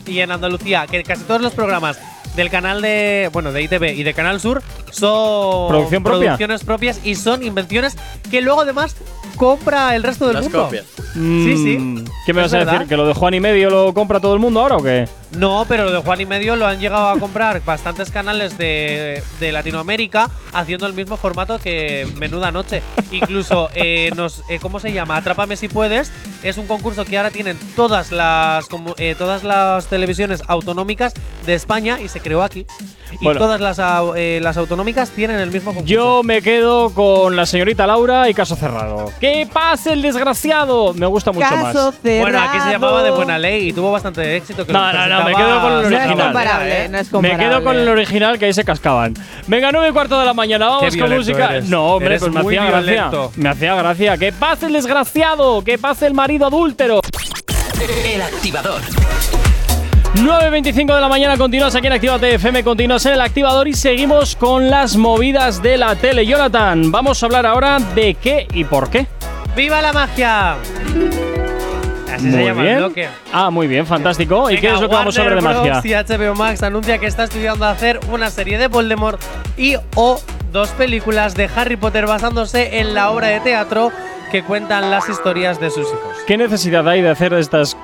y en Andalucía, que casi todos los programas del canal de bueno de ITV y de Canal Sur son
¿Producción propia?
producciones propias y son invenciones que luego además compra el resto del
Las
mundo.
copias.
Sí, sí.
Mm, ¿Qué me
Es
vas a
verdad.
decir? ¿Que lo de Juan y medio lo compra todo el mundo ahora o qué?
No, pero lo de Juan y Medio lo han llegado a comprar bastantes canales de, de Latinoamérica haciendo el mismo formato que Menuda Noche. Incluso, eh, nos, eh, ¿cómo se llama? Atrápame si puedes. Es un concurso que ahora tienen todas las, comu- eh, todas las televisiones autonómicas de España y se creó aquí. Y
Bueno.
todas las, au- eh, las autonómicas tienen el mismo concurso.
Yo me quedo con la señorita Laura y caso cerrado. ¡Que pase el desgraciado! Me gusta mucho más.
Bueno, aquí se llamaba De Buena Ley y tuvo bastante éxito. Que
No,
lo
no, no, me
presentaba-
quedo con el original.
¿eh?
Me quedo con el original que ahí se cascaban. Venga, 9 y cuarto de la mañana, vamos
Qué
con
violento
música.
eres.
No, hombre,
Eres
pues me
muy
hacía
violento.
gracia. Me hacía gracia. ¡Que pase el desgraciado! ¡Que pase el marido adúltero!
El activador.
9.25 de la mañana, continúas aquí en Actívate FM, continúas en el activador y seguimos con las movidas de la tele. Jonathan, vamos a hablar ahora de qué y por qué.
¡Viva la magia! Así
muy
se llama el
bien.
bloque.
Ah, muy bien, fantástico. ¿Y qué
Venga,
es lo que vamos a hablar de
Warner
magia?
Bros. Y HBO Max anuncia que está estudiando hacer una serie de Voldemort y o dos películas de Harry Potter basándose en la obra de teatro que cuentan las historias de sus hijos.
¿Qué necesidad hay de hacer estas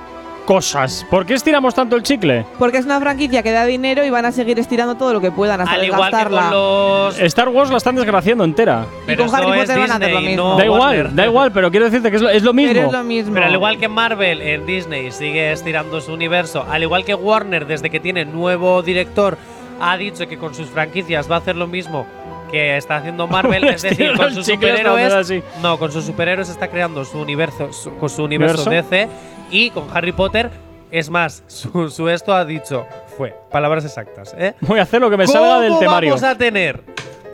cosas? ¿Por qué estiramos tanto el chicle?
Porque es una franquicia que da dinero y van a seguir estirando todo lo que puedan hasta
Al igual que
desgastarla.
con los…
Star Wars la están desgraciando entera.
Pero
con Harry
eso es
Potter van a hacer lo
Disney,
mismo.
no
da
Warner.
igual, da igual, pero quiero decirte que es lo, es lo mismo.
Pero al igual que Marvel en Disney sigue estirando su universo, al igual que Warner desde que tiene nuevo director ha dicho que con sus franquicias va a hacer lo mismo que está haciendo Marvel, es decir,
Estirando
con
el
sus
chicle hasta hacer
superhéroes.
así.
No, con sus superhéroes está creando su universo, su- con su universo
¿Universo?
DC y con Harry Potter. Es más, su, su esto ha dicho, fue, palabras exactas, ¿eh?
Voy a hacer lo que me salga del
¿Cómo
temario.
vamos a tener?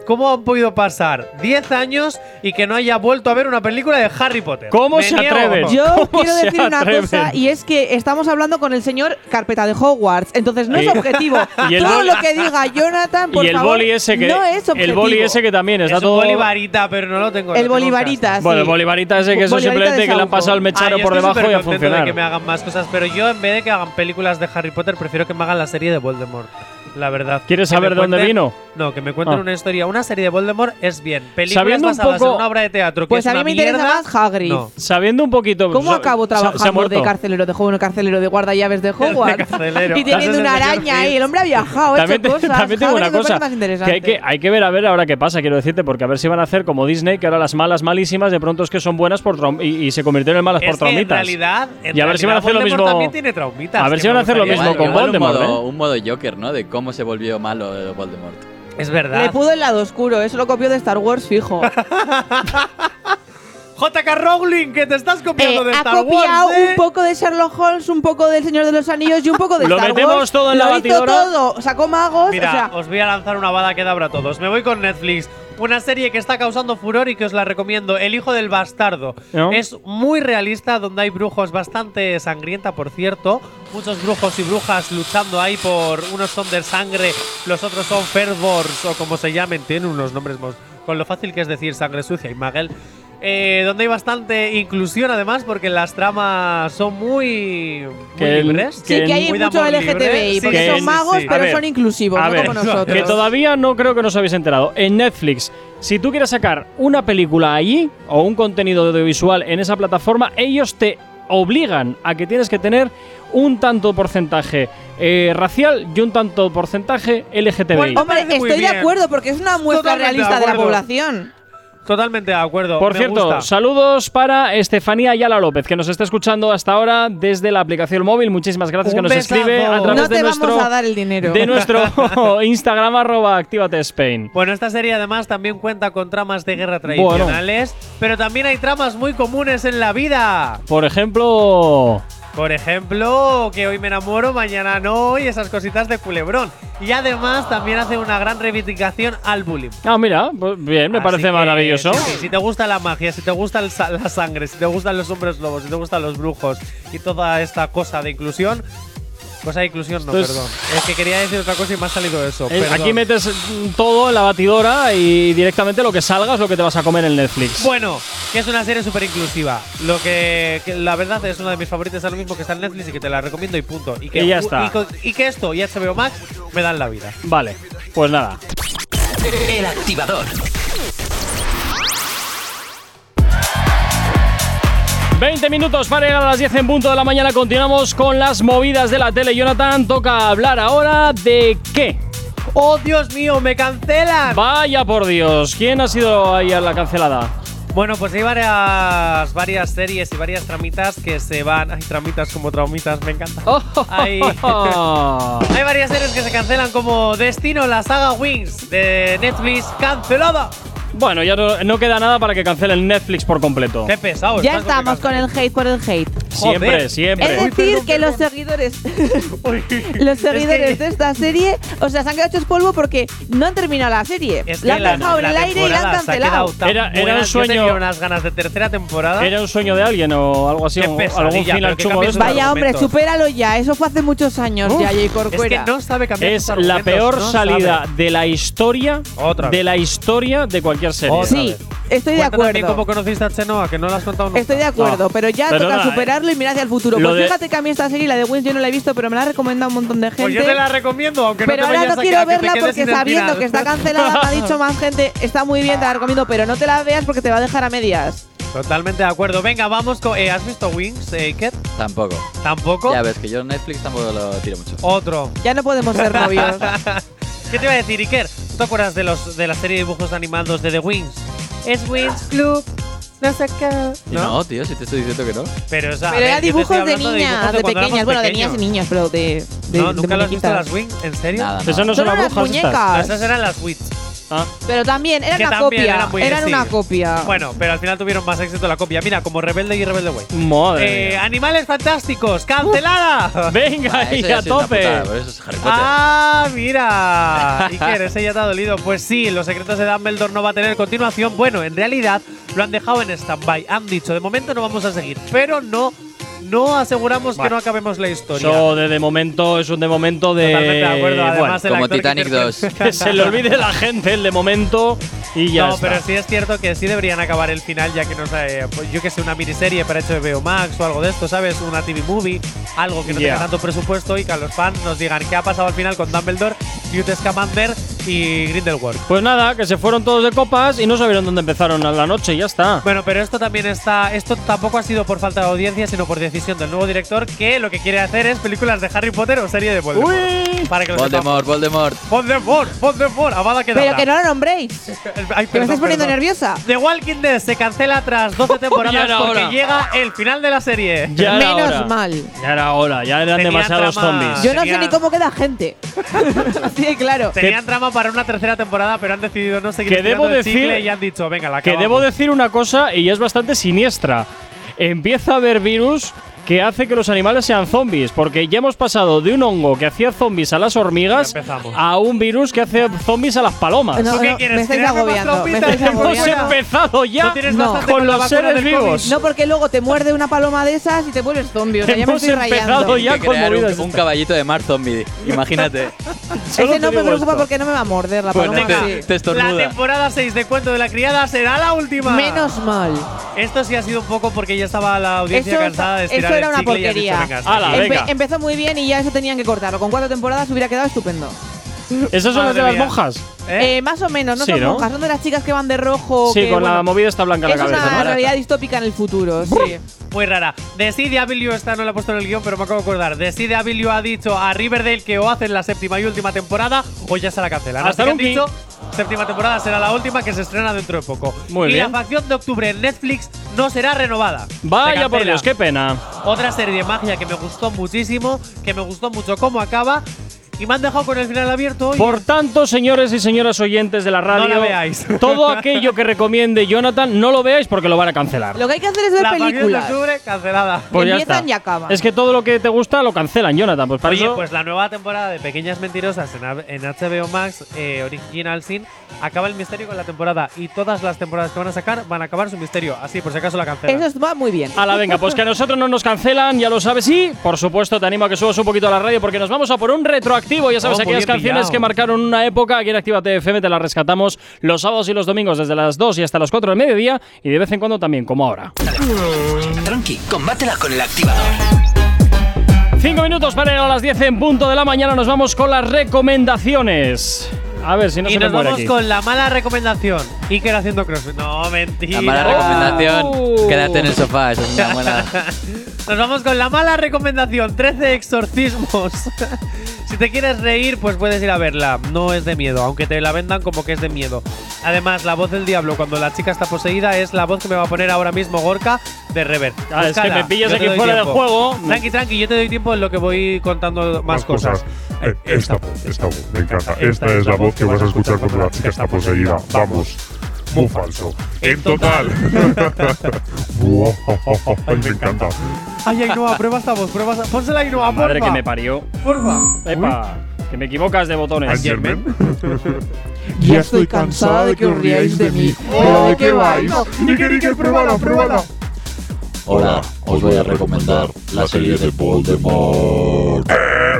¿Cómo han podido pasar 10 años y que no haya vuelto a ver una película de Harry Potter?
¿Cómo
Me
se
niego.
atreven?
Yo quiero decir una cosa y es que estamos hablando con el señor carpeta de Hogwarts, entonces no es
Y-
objetivo.
y el
Todo
boli-
lo que diga Jonathan, por
y el
favor,
boli ese que
no es objetivo.
el boli ese que también está
Es un
todo
bolivarita, pero no lo tengo.
El
no tengo en
bolivarita,
casa.
Bueno, el bolivarita ese que eso
Bolivarita
simplemente
de
que le han
Sauco.
pasado el mechero
Ah, yo
por
estoy
debajo y a
supercontento de que
funcionar.
me hagan más cosas, pero yo en vez de que hagan películas de Harry Potter, prefiero que me hagan la serie de Voldemort. La verdad.
¿Quieres
Que me
saber de dónde
cuenten-
vino?
No, que me cuenten
Ah.
una historia. Una serie de Voldemort es bien. Películas
Sabiendo un
basadas
poco-
en una obra de teatro que
Pues
es
a mí
una
me interesa
mierda,
más Hagrid.
no.
Sabiendo un poquito
¿Cómo
sa-
acabo
sa- Pues se ha
trabajando de
muerto.
carcelero, de joven carcelero, de guardallaves de
De
Hogwarts?
carcelero.
y
Ese es
teniendo
el
una
señor
araña ahí,
Phil.
el hombre ha viajado, ha
También,
hecho
te-
cosas.
también tengo
Hagrid
una
me parece
cosa
más
que
interesante.
hay, que hay que ver a ver ahora qué pasa, quiero decirte, porque a ver si van a hacer como Disney, que ahora las malas malísimas de pronto es que son buenas por trom- y, y se convirtieron en malas
Es
por
que en
traumitas.
realidad, en
y a ver si van a
realidad
hacer lo
Voldemort
mismo.
también tiene traumitas,
a ver
que
si van
me
a hacer lo
gustaría
mismo
ver.
con
Igual
un
Voldemort,
modo,
¿eh?
un modo Joker, ¿no? De cómo se volvió malo eh, Voldemort.
Es
Le
Ah.
verdad.
pudo el lado oscuro, eso lo copió de Star Wars, fijo.
JK Rowling, que te estás copiando
Eh,
de
ha
Star
copiado
Wars. ¿eh?
un poco de Sherlock Holmes, un poco del Señor de los Anillos y un poco de
Lo
Star
metemos
Wars.
todo en la
Lo hizo
batidora.
todo, sacó magos,
Mira,
o sea,
os voy a lanzar una bala que da para todos. Me voy con Netflix. Una serie que está causando furor y que os la recomiendo, El hijo del bastardo.
¿No?
Es muy realista, donde hay brujos bastante sangrienta, por cierto. Muchos brujos y brujas luchando ahí por unos son de sangre, los otros son fervors o como se llamen, tienen unos nombres más- con lo fácil que es decir sangre sucia y magel. Eh, donde hay bastante inclusión además porque las tramas son muy, muy
Que el-
libres.
sí que hay
muy de
mucho
amor libre.
LGTBI,
¿eh?
Sí,
porque
sí,
son
sí,
magos,
sí.
pero
A ver,
son inclusivos,
a
no
ver,
como nosotros.
Que todavía no creo que nos habéis enterado. En Netflix, si tú quieres sacar una película allí o un contenido audiovisual en esa plataforma, ellos te obligan a que tienes que tener un tanto porcentaje eh, racial y un tanto porcentaje LGTBI.
Bueno,
Hombre,
parece muy
estoy de
bien.
acuerdo, porque es una muestra
Totalmente de
realista de, la
acuerdo.
población.
Totalmente de acuerdo.
Por
me
cierto,
gusta.
saludos para Estefanía Ayala López, que nos está escuchando hasta ahora desde la aplicación móvil. Muchísimas gracias que
Un
nos escribe
besazo.
a través
No
de
te vamos
nuestro,
a dar el dinero.
de nuestro Instagram arroba Actívate Spain.
Bueno, esta serie además también cuenta con tramas de guerra tradicionales, pero también hay tramas muy comunes en la vida.
Por ejemplo,
Por ejemplo, que hoy me enamoro, mañana no, y esas cositas de culebrón. Y además también hace una gran reivindicación al bullying.
Ah, mira, pues bien, me
Así
parece
que,
maravilloso.
sí, sí, si te gusta la magia, si te gusta el sa- la sangre, si te gustan los hombres lobos, si te gustan los brujos y toda esta cosa de inclusión. Cosa de inclusión, no,
Esto es-
perdón. Es que quería decir otra cosa y me ha salido eso.
Eh,
perdón.
Aquí metes mm, todo en la batidora y directamente lo que salga es lo que te vas a comer en Netflix.
Bueno, que es una serie súper inclusiva. Lo que, que la verdad es una de mis favoritas ahora mismo que está en Netflix y que te la recomiendo y punto. Y que,
Y ya está.
y co- Y, que esto y HBO Max me dan la vida.
Vale, pues nada.
El activador.
20 minutos para llegar a las 10 en punto de la mañana. Continuamos con las movidas de la tele. Jonathan, toca hablar ahora de qué.
¡Oh, Dios mío, me cancelan!
Vaya por Dios, ¿quién ha sido ahí a la cancelada?
Bueno, pues hay varias, varias series y varias tramitas que se van. Hay tramitas como traumitas, me encanta. Hay- Hay varias series que se cancelan como Destino, la saga Wings de Netflix cancelada.
bueno, ya no, no queda nada para que cancelen Netflix por completo.
Qué pesado.
Ya
estás con
estamos
que
con el hate por el hate.
Siempre,
Joder.
siempre.
Es decir, que los seguidores los seguidores de esta serie, o sea, se han quedado hechos polvo porque no han terminado la serie.
Es que
la han
la-
dejado en
la
el aire y la han
temporada se ha quedado
cancelado.
tan
Era- era un
buena, yo
sueño-
tenía unas ganas de tercera temporada.
¿Era un sueño de alguien o algo así?
Qué
o ¿Algún
pesadilla,
final
pero qué
chungo de
cambios
estos?
de
Vaya, hombre,
argumentos.
supéralo ya. Eso fue hace muchos años
Uf,
ya, Jay
Es
Corcuera.
que no sabe cambiar
Es
sus
la
argumentos,
peor
no
salida
sabe.
de la historia
Otra
de
vez.
la historia de cualquier serie.
Otra
sí,
vez.
estoy de
Cuenta también cómo
acuerdo.
conociste a Chenoa, que no la has contado nunca.
Estoy de acuerdo,
No.
pero ya
Pero
toca
nada,
eh.
superarlo y mirar hacia el futuro.
lo
Pues
de-
fíjate que a mí esta serie, la de Wins, yo no la he visto, pero me la ha recomendado un montón de gente.
Pues yo te la recomiendo, aunque
pero
no te
ahora
vayas
no
a
quiero
quedar, que te
verla
quedes
porque
sin el
sabiendo
final.
que está cancelada, me ha dicho más gente, está muy bien, te la recomiendo, pero no te la veas porque te va a dejar a medias.
Totalmente de acuerdo. Venga, vamos con. eh, ¿Has visto Wings, eh, Iker?
Tampoco.
¿Tampoco?
Ya ves que yo Netflix tampoco lo tiro mucho.
Oh,
Otro.
Ya no podemos ser novios.
¿Qué te iba a decir, Iker? ¿Tú te acuerdas de, los, de la serie de dibujos animados de The Wings? Es Wings Club. No sé qué.
Y No, tío, si te estoy diciendo que no.
Pero, o sea, a
pero
ver,
era
yo te estoy
dibujos de
hablando
niñas,
dibujos
de,
cuando éramos
pequeñas, bueno, de niñas y
pequeños.
niños, pero de. de
no,
de
¿Nunca las has visto
muñequitas.
las Wings? ¿En serio?
Nada,
Eso
nada.
no son
Son
las
unas
brujas estas.
muñecas.
Esas eran las Wits.
Ah.
Pero también eran
Que
una
también
copia.
eran muy
eran
decir.
una copia.
Bueno, pero al final tuvieron más éxito la copia. Mira, como Rebelde y Rebelde Way.
Madre
Eh, animales fantásticos, cancelada.
Venga, Ah, y eso ya a es una tope. putada, pero eso es Harry Potter.
Ah, mira. ¿Y qué eres? Ella te ha dolido. Pues sí, los secretos de Dumbledore no va a tener continuación. Bueno, en realidad lo han dejado en stand-by. Han dicho, de momento no vamos a seguir, pero no. No aseguramos que
Bueno.
no acabemos la historia.
Eso de, de momento es un de momento de.
Totalmente de acuerdo, además
eh, Bueno,
el Como actor que Titanic interpreta- 2.
Que se le olvide la gente el de momento y ya
no,
está.
pero sí es cierto que sí deberían acabar el final, ya que no sé, pues yo que sé, una miniserie para hecho de Max o algo de esto, ¿sabes? Una TV movie, algo que no
Ya.
tenga tanto presupuesto y que a los fans nos digan qué ha pasado al final con Dumbledore, Newt Scamander y Grindelwald.
Pues nada, que se fueron todos de copas y no sabieron dónde empezaron a la noche y ya está.
Bueno, pero esto también está. Esto tampoco ha sido por falta de audiencia, sino por decisión del nuevo director que lo que quiere hacer es películas de Harry Potter o serie de Voldemort. Para que lo sepamos.
Voldemort, Voldemort.
Voldemort, Voldemort, Avada quedada.
Pero que no lo nombréis.
Ay,
Que me
perdón,
estáis poniendo
perdón.
nerviosa.
The Walking Dead se cancela tras 12
Ya
temporadas
era
porque
hora.
llega el final de la serie.
Ya era hora.
mal.
Ya era hora, ya eran
Tenían
demasiados
trama-
zombies.
Yo no sé
Sería-
ni cómo queda gente. Así de claro.
Tenían trama para una tercera temporada, pero han decidido no seguir
Que debo
estirando el
decir-
chicle y han dicho, venga, la
Que
acabamos.
debo decir una cosa y es bastante siniestra. Empieza a haber virus que hace que los animales sean zombies, porque ya hemos pasado de un hongo que hacía zombies a las hormigas
empezamos.
a un virus que hace zombies a las palomas.
No, ¿Tú qué no, quieres, me estáis tirarme más agobiando, me trompitas? estáis
Hemos
agobiando.
empezado ya
Tú tienes bastante
con
con la
los
vacuna
seres
del
vivos.
No, porque luego te muerde una paloma de esas y te vuelves zombie. O sea, ya me
Hemos
estoy rayando.
empezado ya
Hay que
con
crear
movidas
un, un caballito de mar zombie. Imagínate.
Ese no me preocupa porque no me va a morder
Pues
la
Bueno,
paloma.
te,
sí.
te
La
estornuda.
temporada 6 de Cuento de la Criada será la última.
Menos mal.
Esto sí ha sido un poco porque ya estaba la audiencia
Eso-
cansada de estirar
eso era
el
una
chicle y han dicho,
porquería.
"Venga, hasta
Ala,
aquí".
venga.
Empe- empezó muy bien y ya eso tenían que cortarlo. Con cuatro temporadas hubiera quedado estupendo.
Esas son las
Madre
de las
mía.
monjas.
Eh, más o menos, no
Sí,
son
¿no?
monjas, son de las chicas que van de rojo.
Sí,
que,
con la
bueno,
movida está blanca la
Es
cabeza.
una
¿no?
realidad distópica en el futuro, sí.
Muy rara. The CW, esta no la he puesto en el guión, pero me acabo de acordar. The CW ha dicho a Riverdale que o hacen la séptima y última temporada o ya se la cancelan.
Hasta
Así que han
Lucky.
dicho, séptima temporada será la última que se estrena dentro de poco.
Muy
y
bien.
la facción de octubre en Netflix no será renovada. Se
Vaya
cancela.
por Dios, qué pena.
Otra serie de magia que me gustó muchísimo, que me gustó mucho cómo acaba y me han dejado con el final abierto. y-
Por tanto, señores y señoras oyentes de la radio,
la veáis.
todo aquello que recomiende Jonathan, no lo veáis porque lo van a cancelar.
Lo que hay que hacer es ver
la facción
películas.
de octubre cancelada.
Pues ya
empiezan
está.
y acaban.
Es que todo lo que te gusta lo cancelan, Jonathan. Pues para
Oye,
eso-
pues la nueva temporada de Pequeñas Mentirosas en, A- en HBO Max, eh, Original Sin, acaba el misterio con la temporada y todas las temporadas que van a sacar van a acabar su misterio. Así, por si acaso la cancelan.
Eso es- va muy bien.
Ala, venga, pues que a nosotros no nos cancelan, ya lo sabes. Y, por supuesto, te animo a que subas un poquito a la radio porque nos vamos a por un retroactivo. Ya sabes,
Oh, muy
aquellas
bien
canciones
pillado.
que marcaron una época, aquí en Actívate FM te las rescatamos los sábados y los domingos desde las 2 y hasta las 4 del mediodía y de vez en cuando también, como ahora.
Tranqui, combátela con el activador.
Cinco minutos para ir a las 10 en punto de la mañana. Nos vamos con las recomendaciones. A ver si no
y
se me
nos
muere
vamos
aquí.
con la mala recomendación. Iker haciendo crossfit. No, mentira.
La mala recomendación. Quédate en el sofá. Esa es una buena.
Nos vamos con la mala recomendación, 13 exorcismos. si te quieres reír, pues puedes ir a verla. No es de miedo, aunque te la vendan como que es de miedo. Además, la voz del diablo cuando la chica está poseída es la voz que me va a poner ahora mismo Gorka de Rever.
Ah, es que
Búscala,
me pillas
yo te
aquí
doy
fuera de
tiempo.
juego.
Tranqui, tranqui, yo te doy tiempo en lo que voy contando más cosas.
Eh, Esta voz, esta voz, me encanta. Esta es la voz que vas a escuchar cuando la chica está poseída. Vamos. Muy falso. En total. Buah, Ay, me encanta.
Ay, Ainhoa, prueba esta voz, prueba esta Pónsela, Ainhoa, porfa.
Madre que me parió.
Porfa.
Epa, que me equivocas de botones.
Angermen.
Ya
estoy cansada de que os riáis de mí.
¿Pero de ¡Oh, qué vais?
Iker, Iker, pruébala, pruébala.
Hola, os voy a recomendar la serie de Voldemort.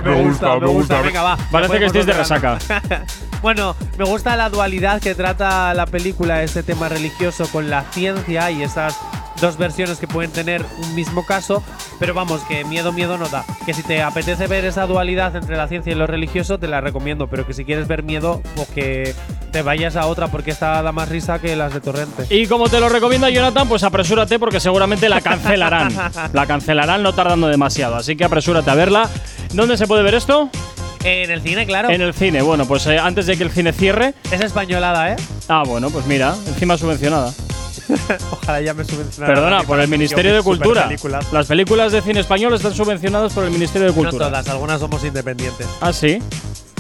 Me gusta, me gusta.
Venga, va.
Parece que estéis de resaca.
Bueno, me gusta la dualidad que trata la película, este tema religioso con la ciencia y esas dos versiones que pueden tener un mismo caso, pero vamos, que miedo, miedo no da. Que si te apetece ver esa dualidad entre la ciencia y lo religioso, te la recomiendo, pero que si quieres ver miedo, pues que te vayas a otra, porque esta da más risa que las de Torrente.
Y como te lo recomienda Jonathan, pues apresúrate porque seguramente la cancelarán. la cancelarán no tardando demasiado, así que apresúrate a verla. ¿Dónde se puede ver esto?
En el cine, claro.
En el cine. Bueno, pues eh, antes de que el cine cierre.
Es españolada, ¿eh?
Ah, bueno, pues mira, encima subvencionada.
Ojalá ya me subvencionaran. a
Perdona,
mí
por
para
el
mi
Ministerio de
super
Cultura.
películas.
Las películas de cine español están subvencionadas por el Ministerio de
No
Cultura.
todas, algunas somos independientes.
Ah, sí.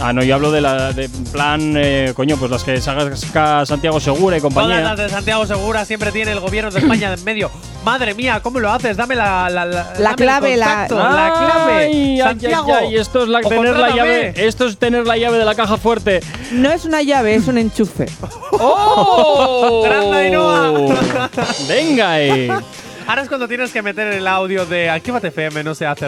Ah, no, yo hablo de la de plan, eh, coño, pues las que saca Santiago Segura y
Todas
compañía.
las de Santiago Segura siempre tiene el gobierno de España en medio. Madre mía, ¿cómo lo haces? Dame la, la, la, dame el
clave, la-
contacto, la
Ay,
clave.
ay, ay,
Santiago.
ay, esto es la-
o
tener la
contrátame.
llave, esto es tener la llave de la caja fuerte.
No es una llave, es un enchufe.
¡Oh!
¡Grande Ainhoa!
Venga, ahí.
Ahora es cuando tienes que meter el audio de Actívate FM, no se hace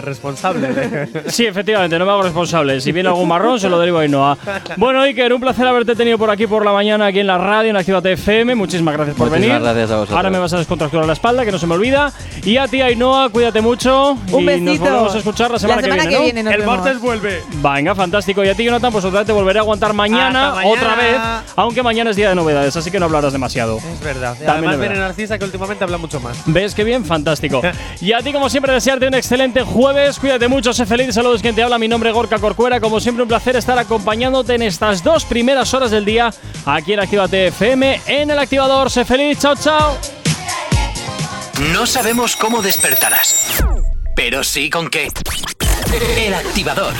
responsable. de-
Sí, efectivamente, no me hago responsable. Si viene algún marrón, se lo derivo a Ainhoa. Bueno, Iker, un placer haberte tenido por aquí por la mañana, aquí en la radio, en Actívate FM. Muchísimas gracias por
Muchísimas
venir.
gracias a vosotros.
Ahora me vas a descontracturar la espalda, que no se me olvida. Y a ti, Ainhoa, cuídate mucho.
Un
y Nos
besito.
volvemos a escuchar la semana, que viene. ¿no?
nos
el
vemos.
martes vuelve.
Venga, fantástico. Y a ti, Jonathan, pues otra vez te volveré a aguantar mañana,
Hasta mañana.
otra vez. Aunque mañana es día de novedades, así que no hablarás demasiado.
Es verdad.
También es
Además
verdad.
viene Narcisa que últimamente habla mucho más.
¿Ves qué bien? Fantástico. Y a ti, como siempre, desearte un excelente jueves. Cuídate mucho, sé feliz. Saludos, quien te habla. Mi nombre es Gorka Corcuera. Como siempre, un placer estar acompañándote en estas dos primeras horas del día aquí en Actívate FM en el activador. Sé feliz. Chao, chao.
No sabemos cómo despertarás, pero sí con qué. El activador.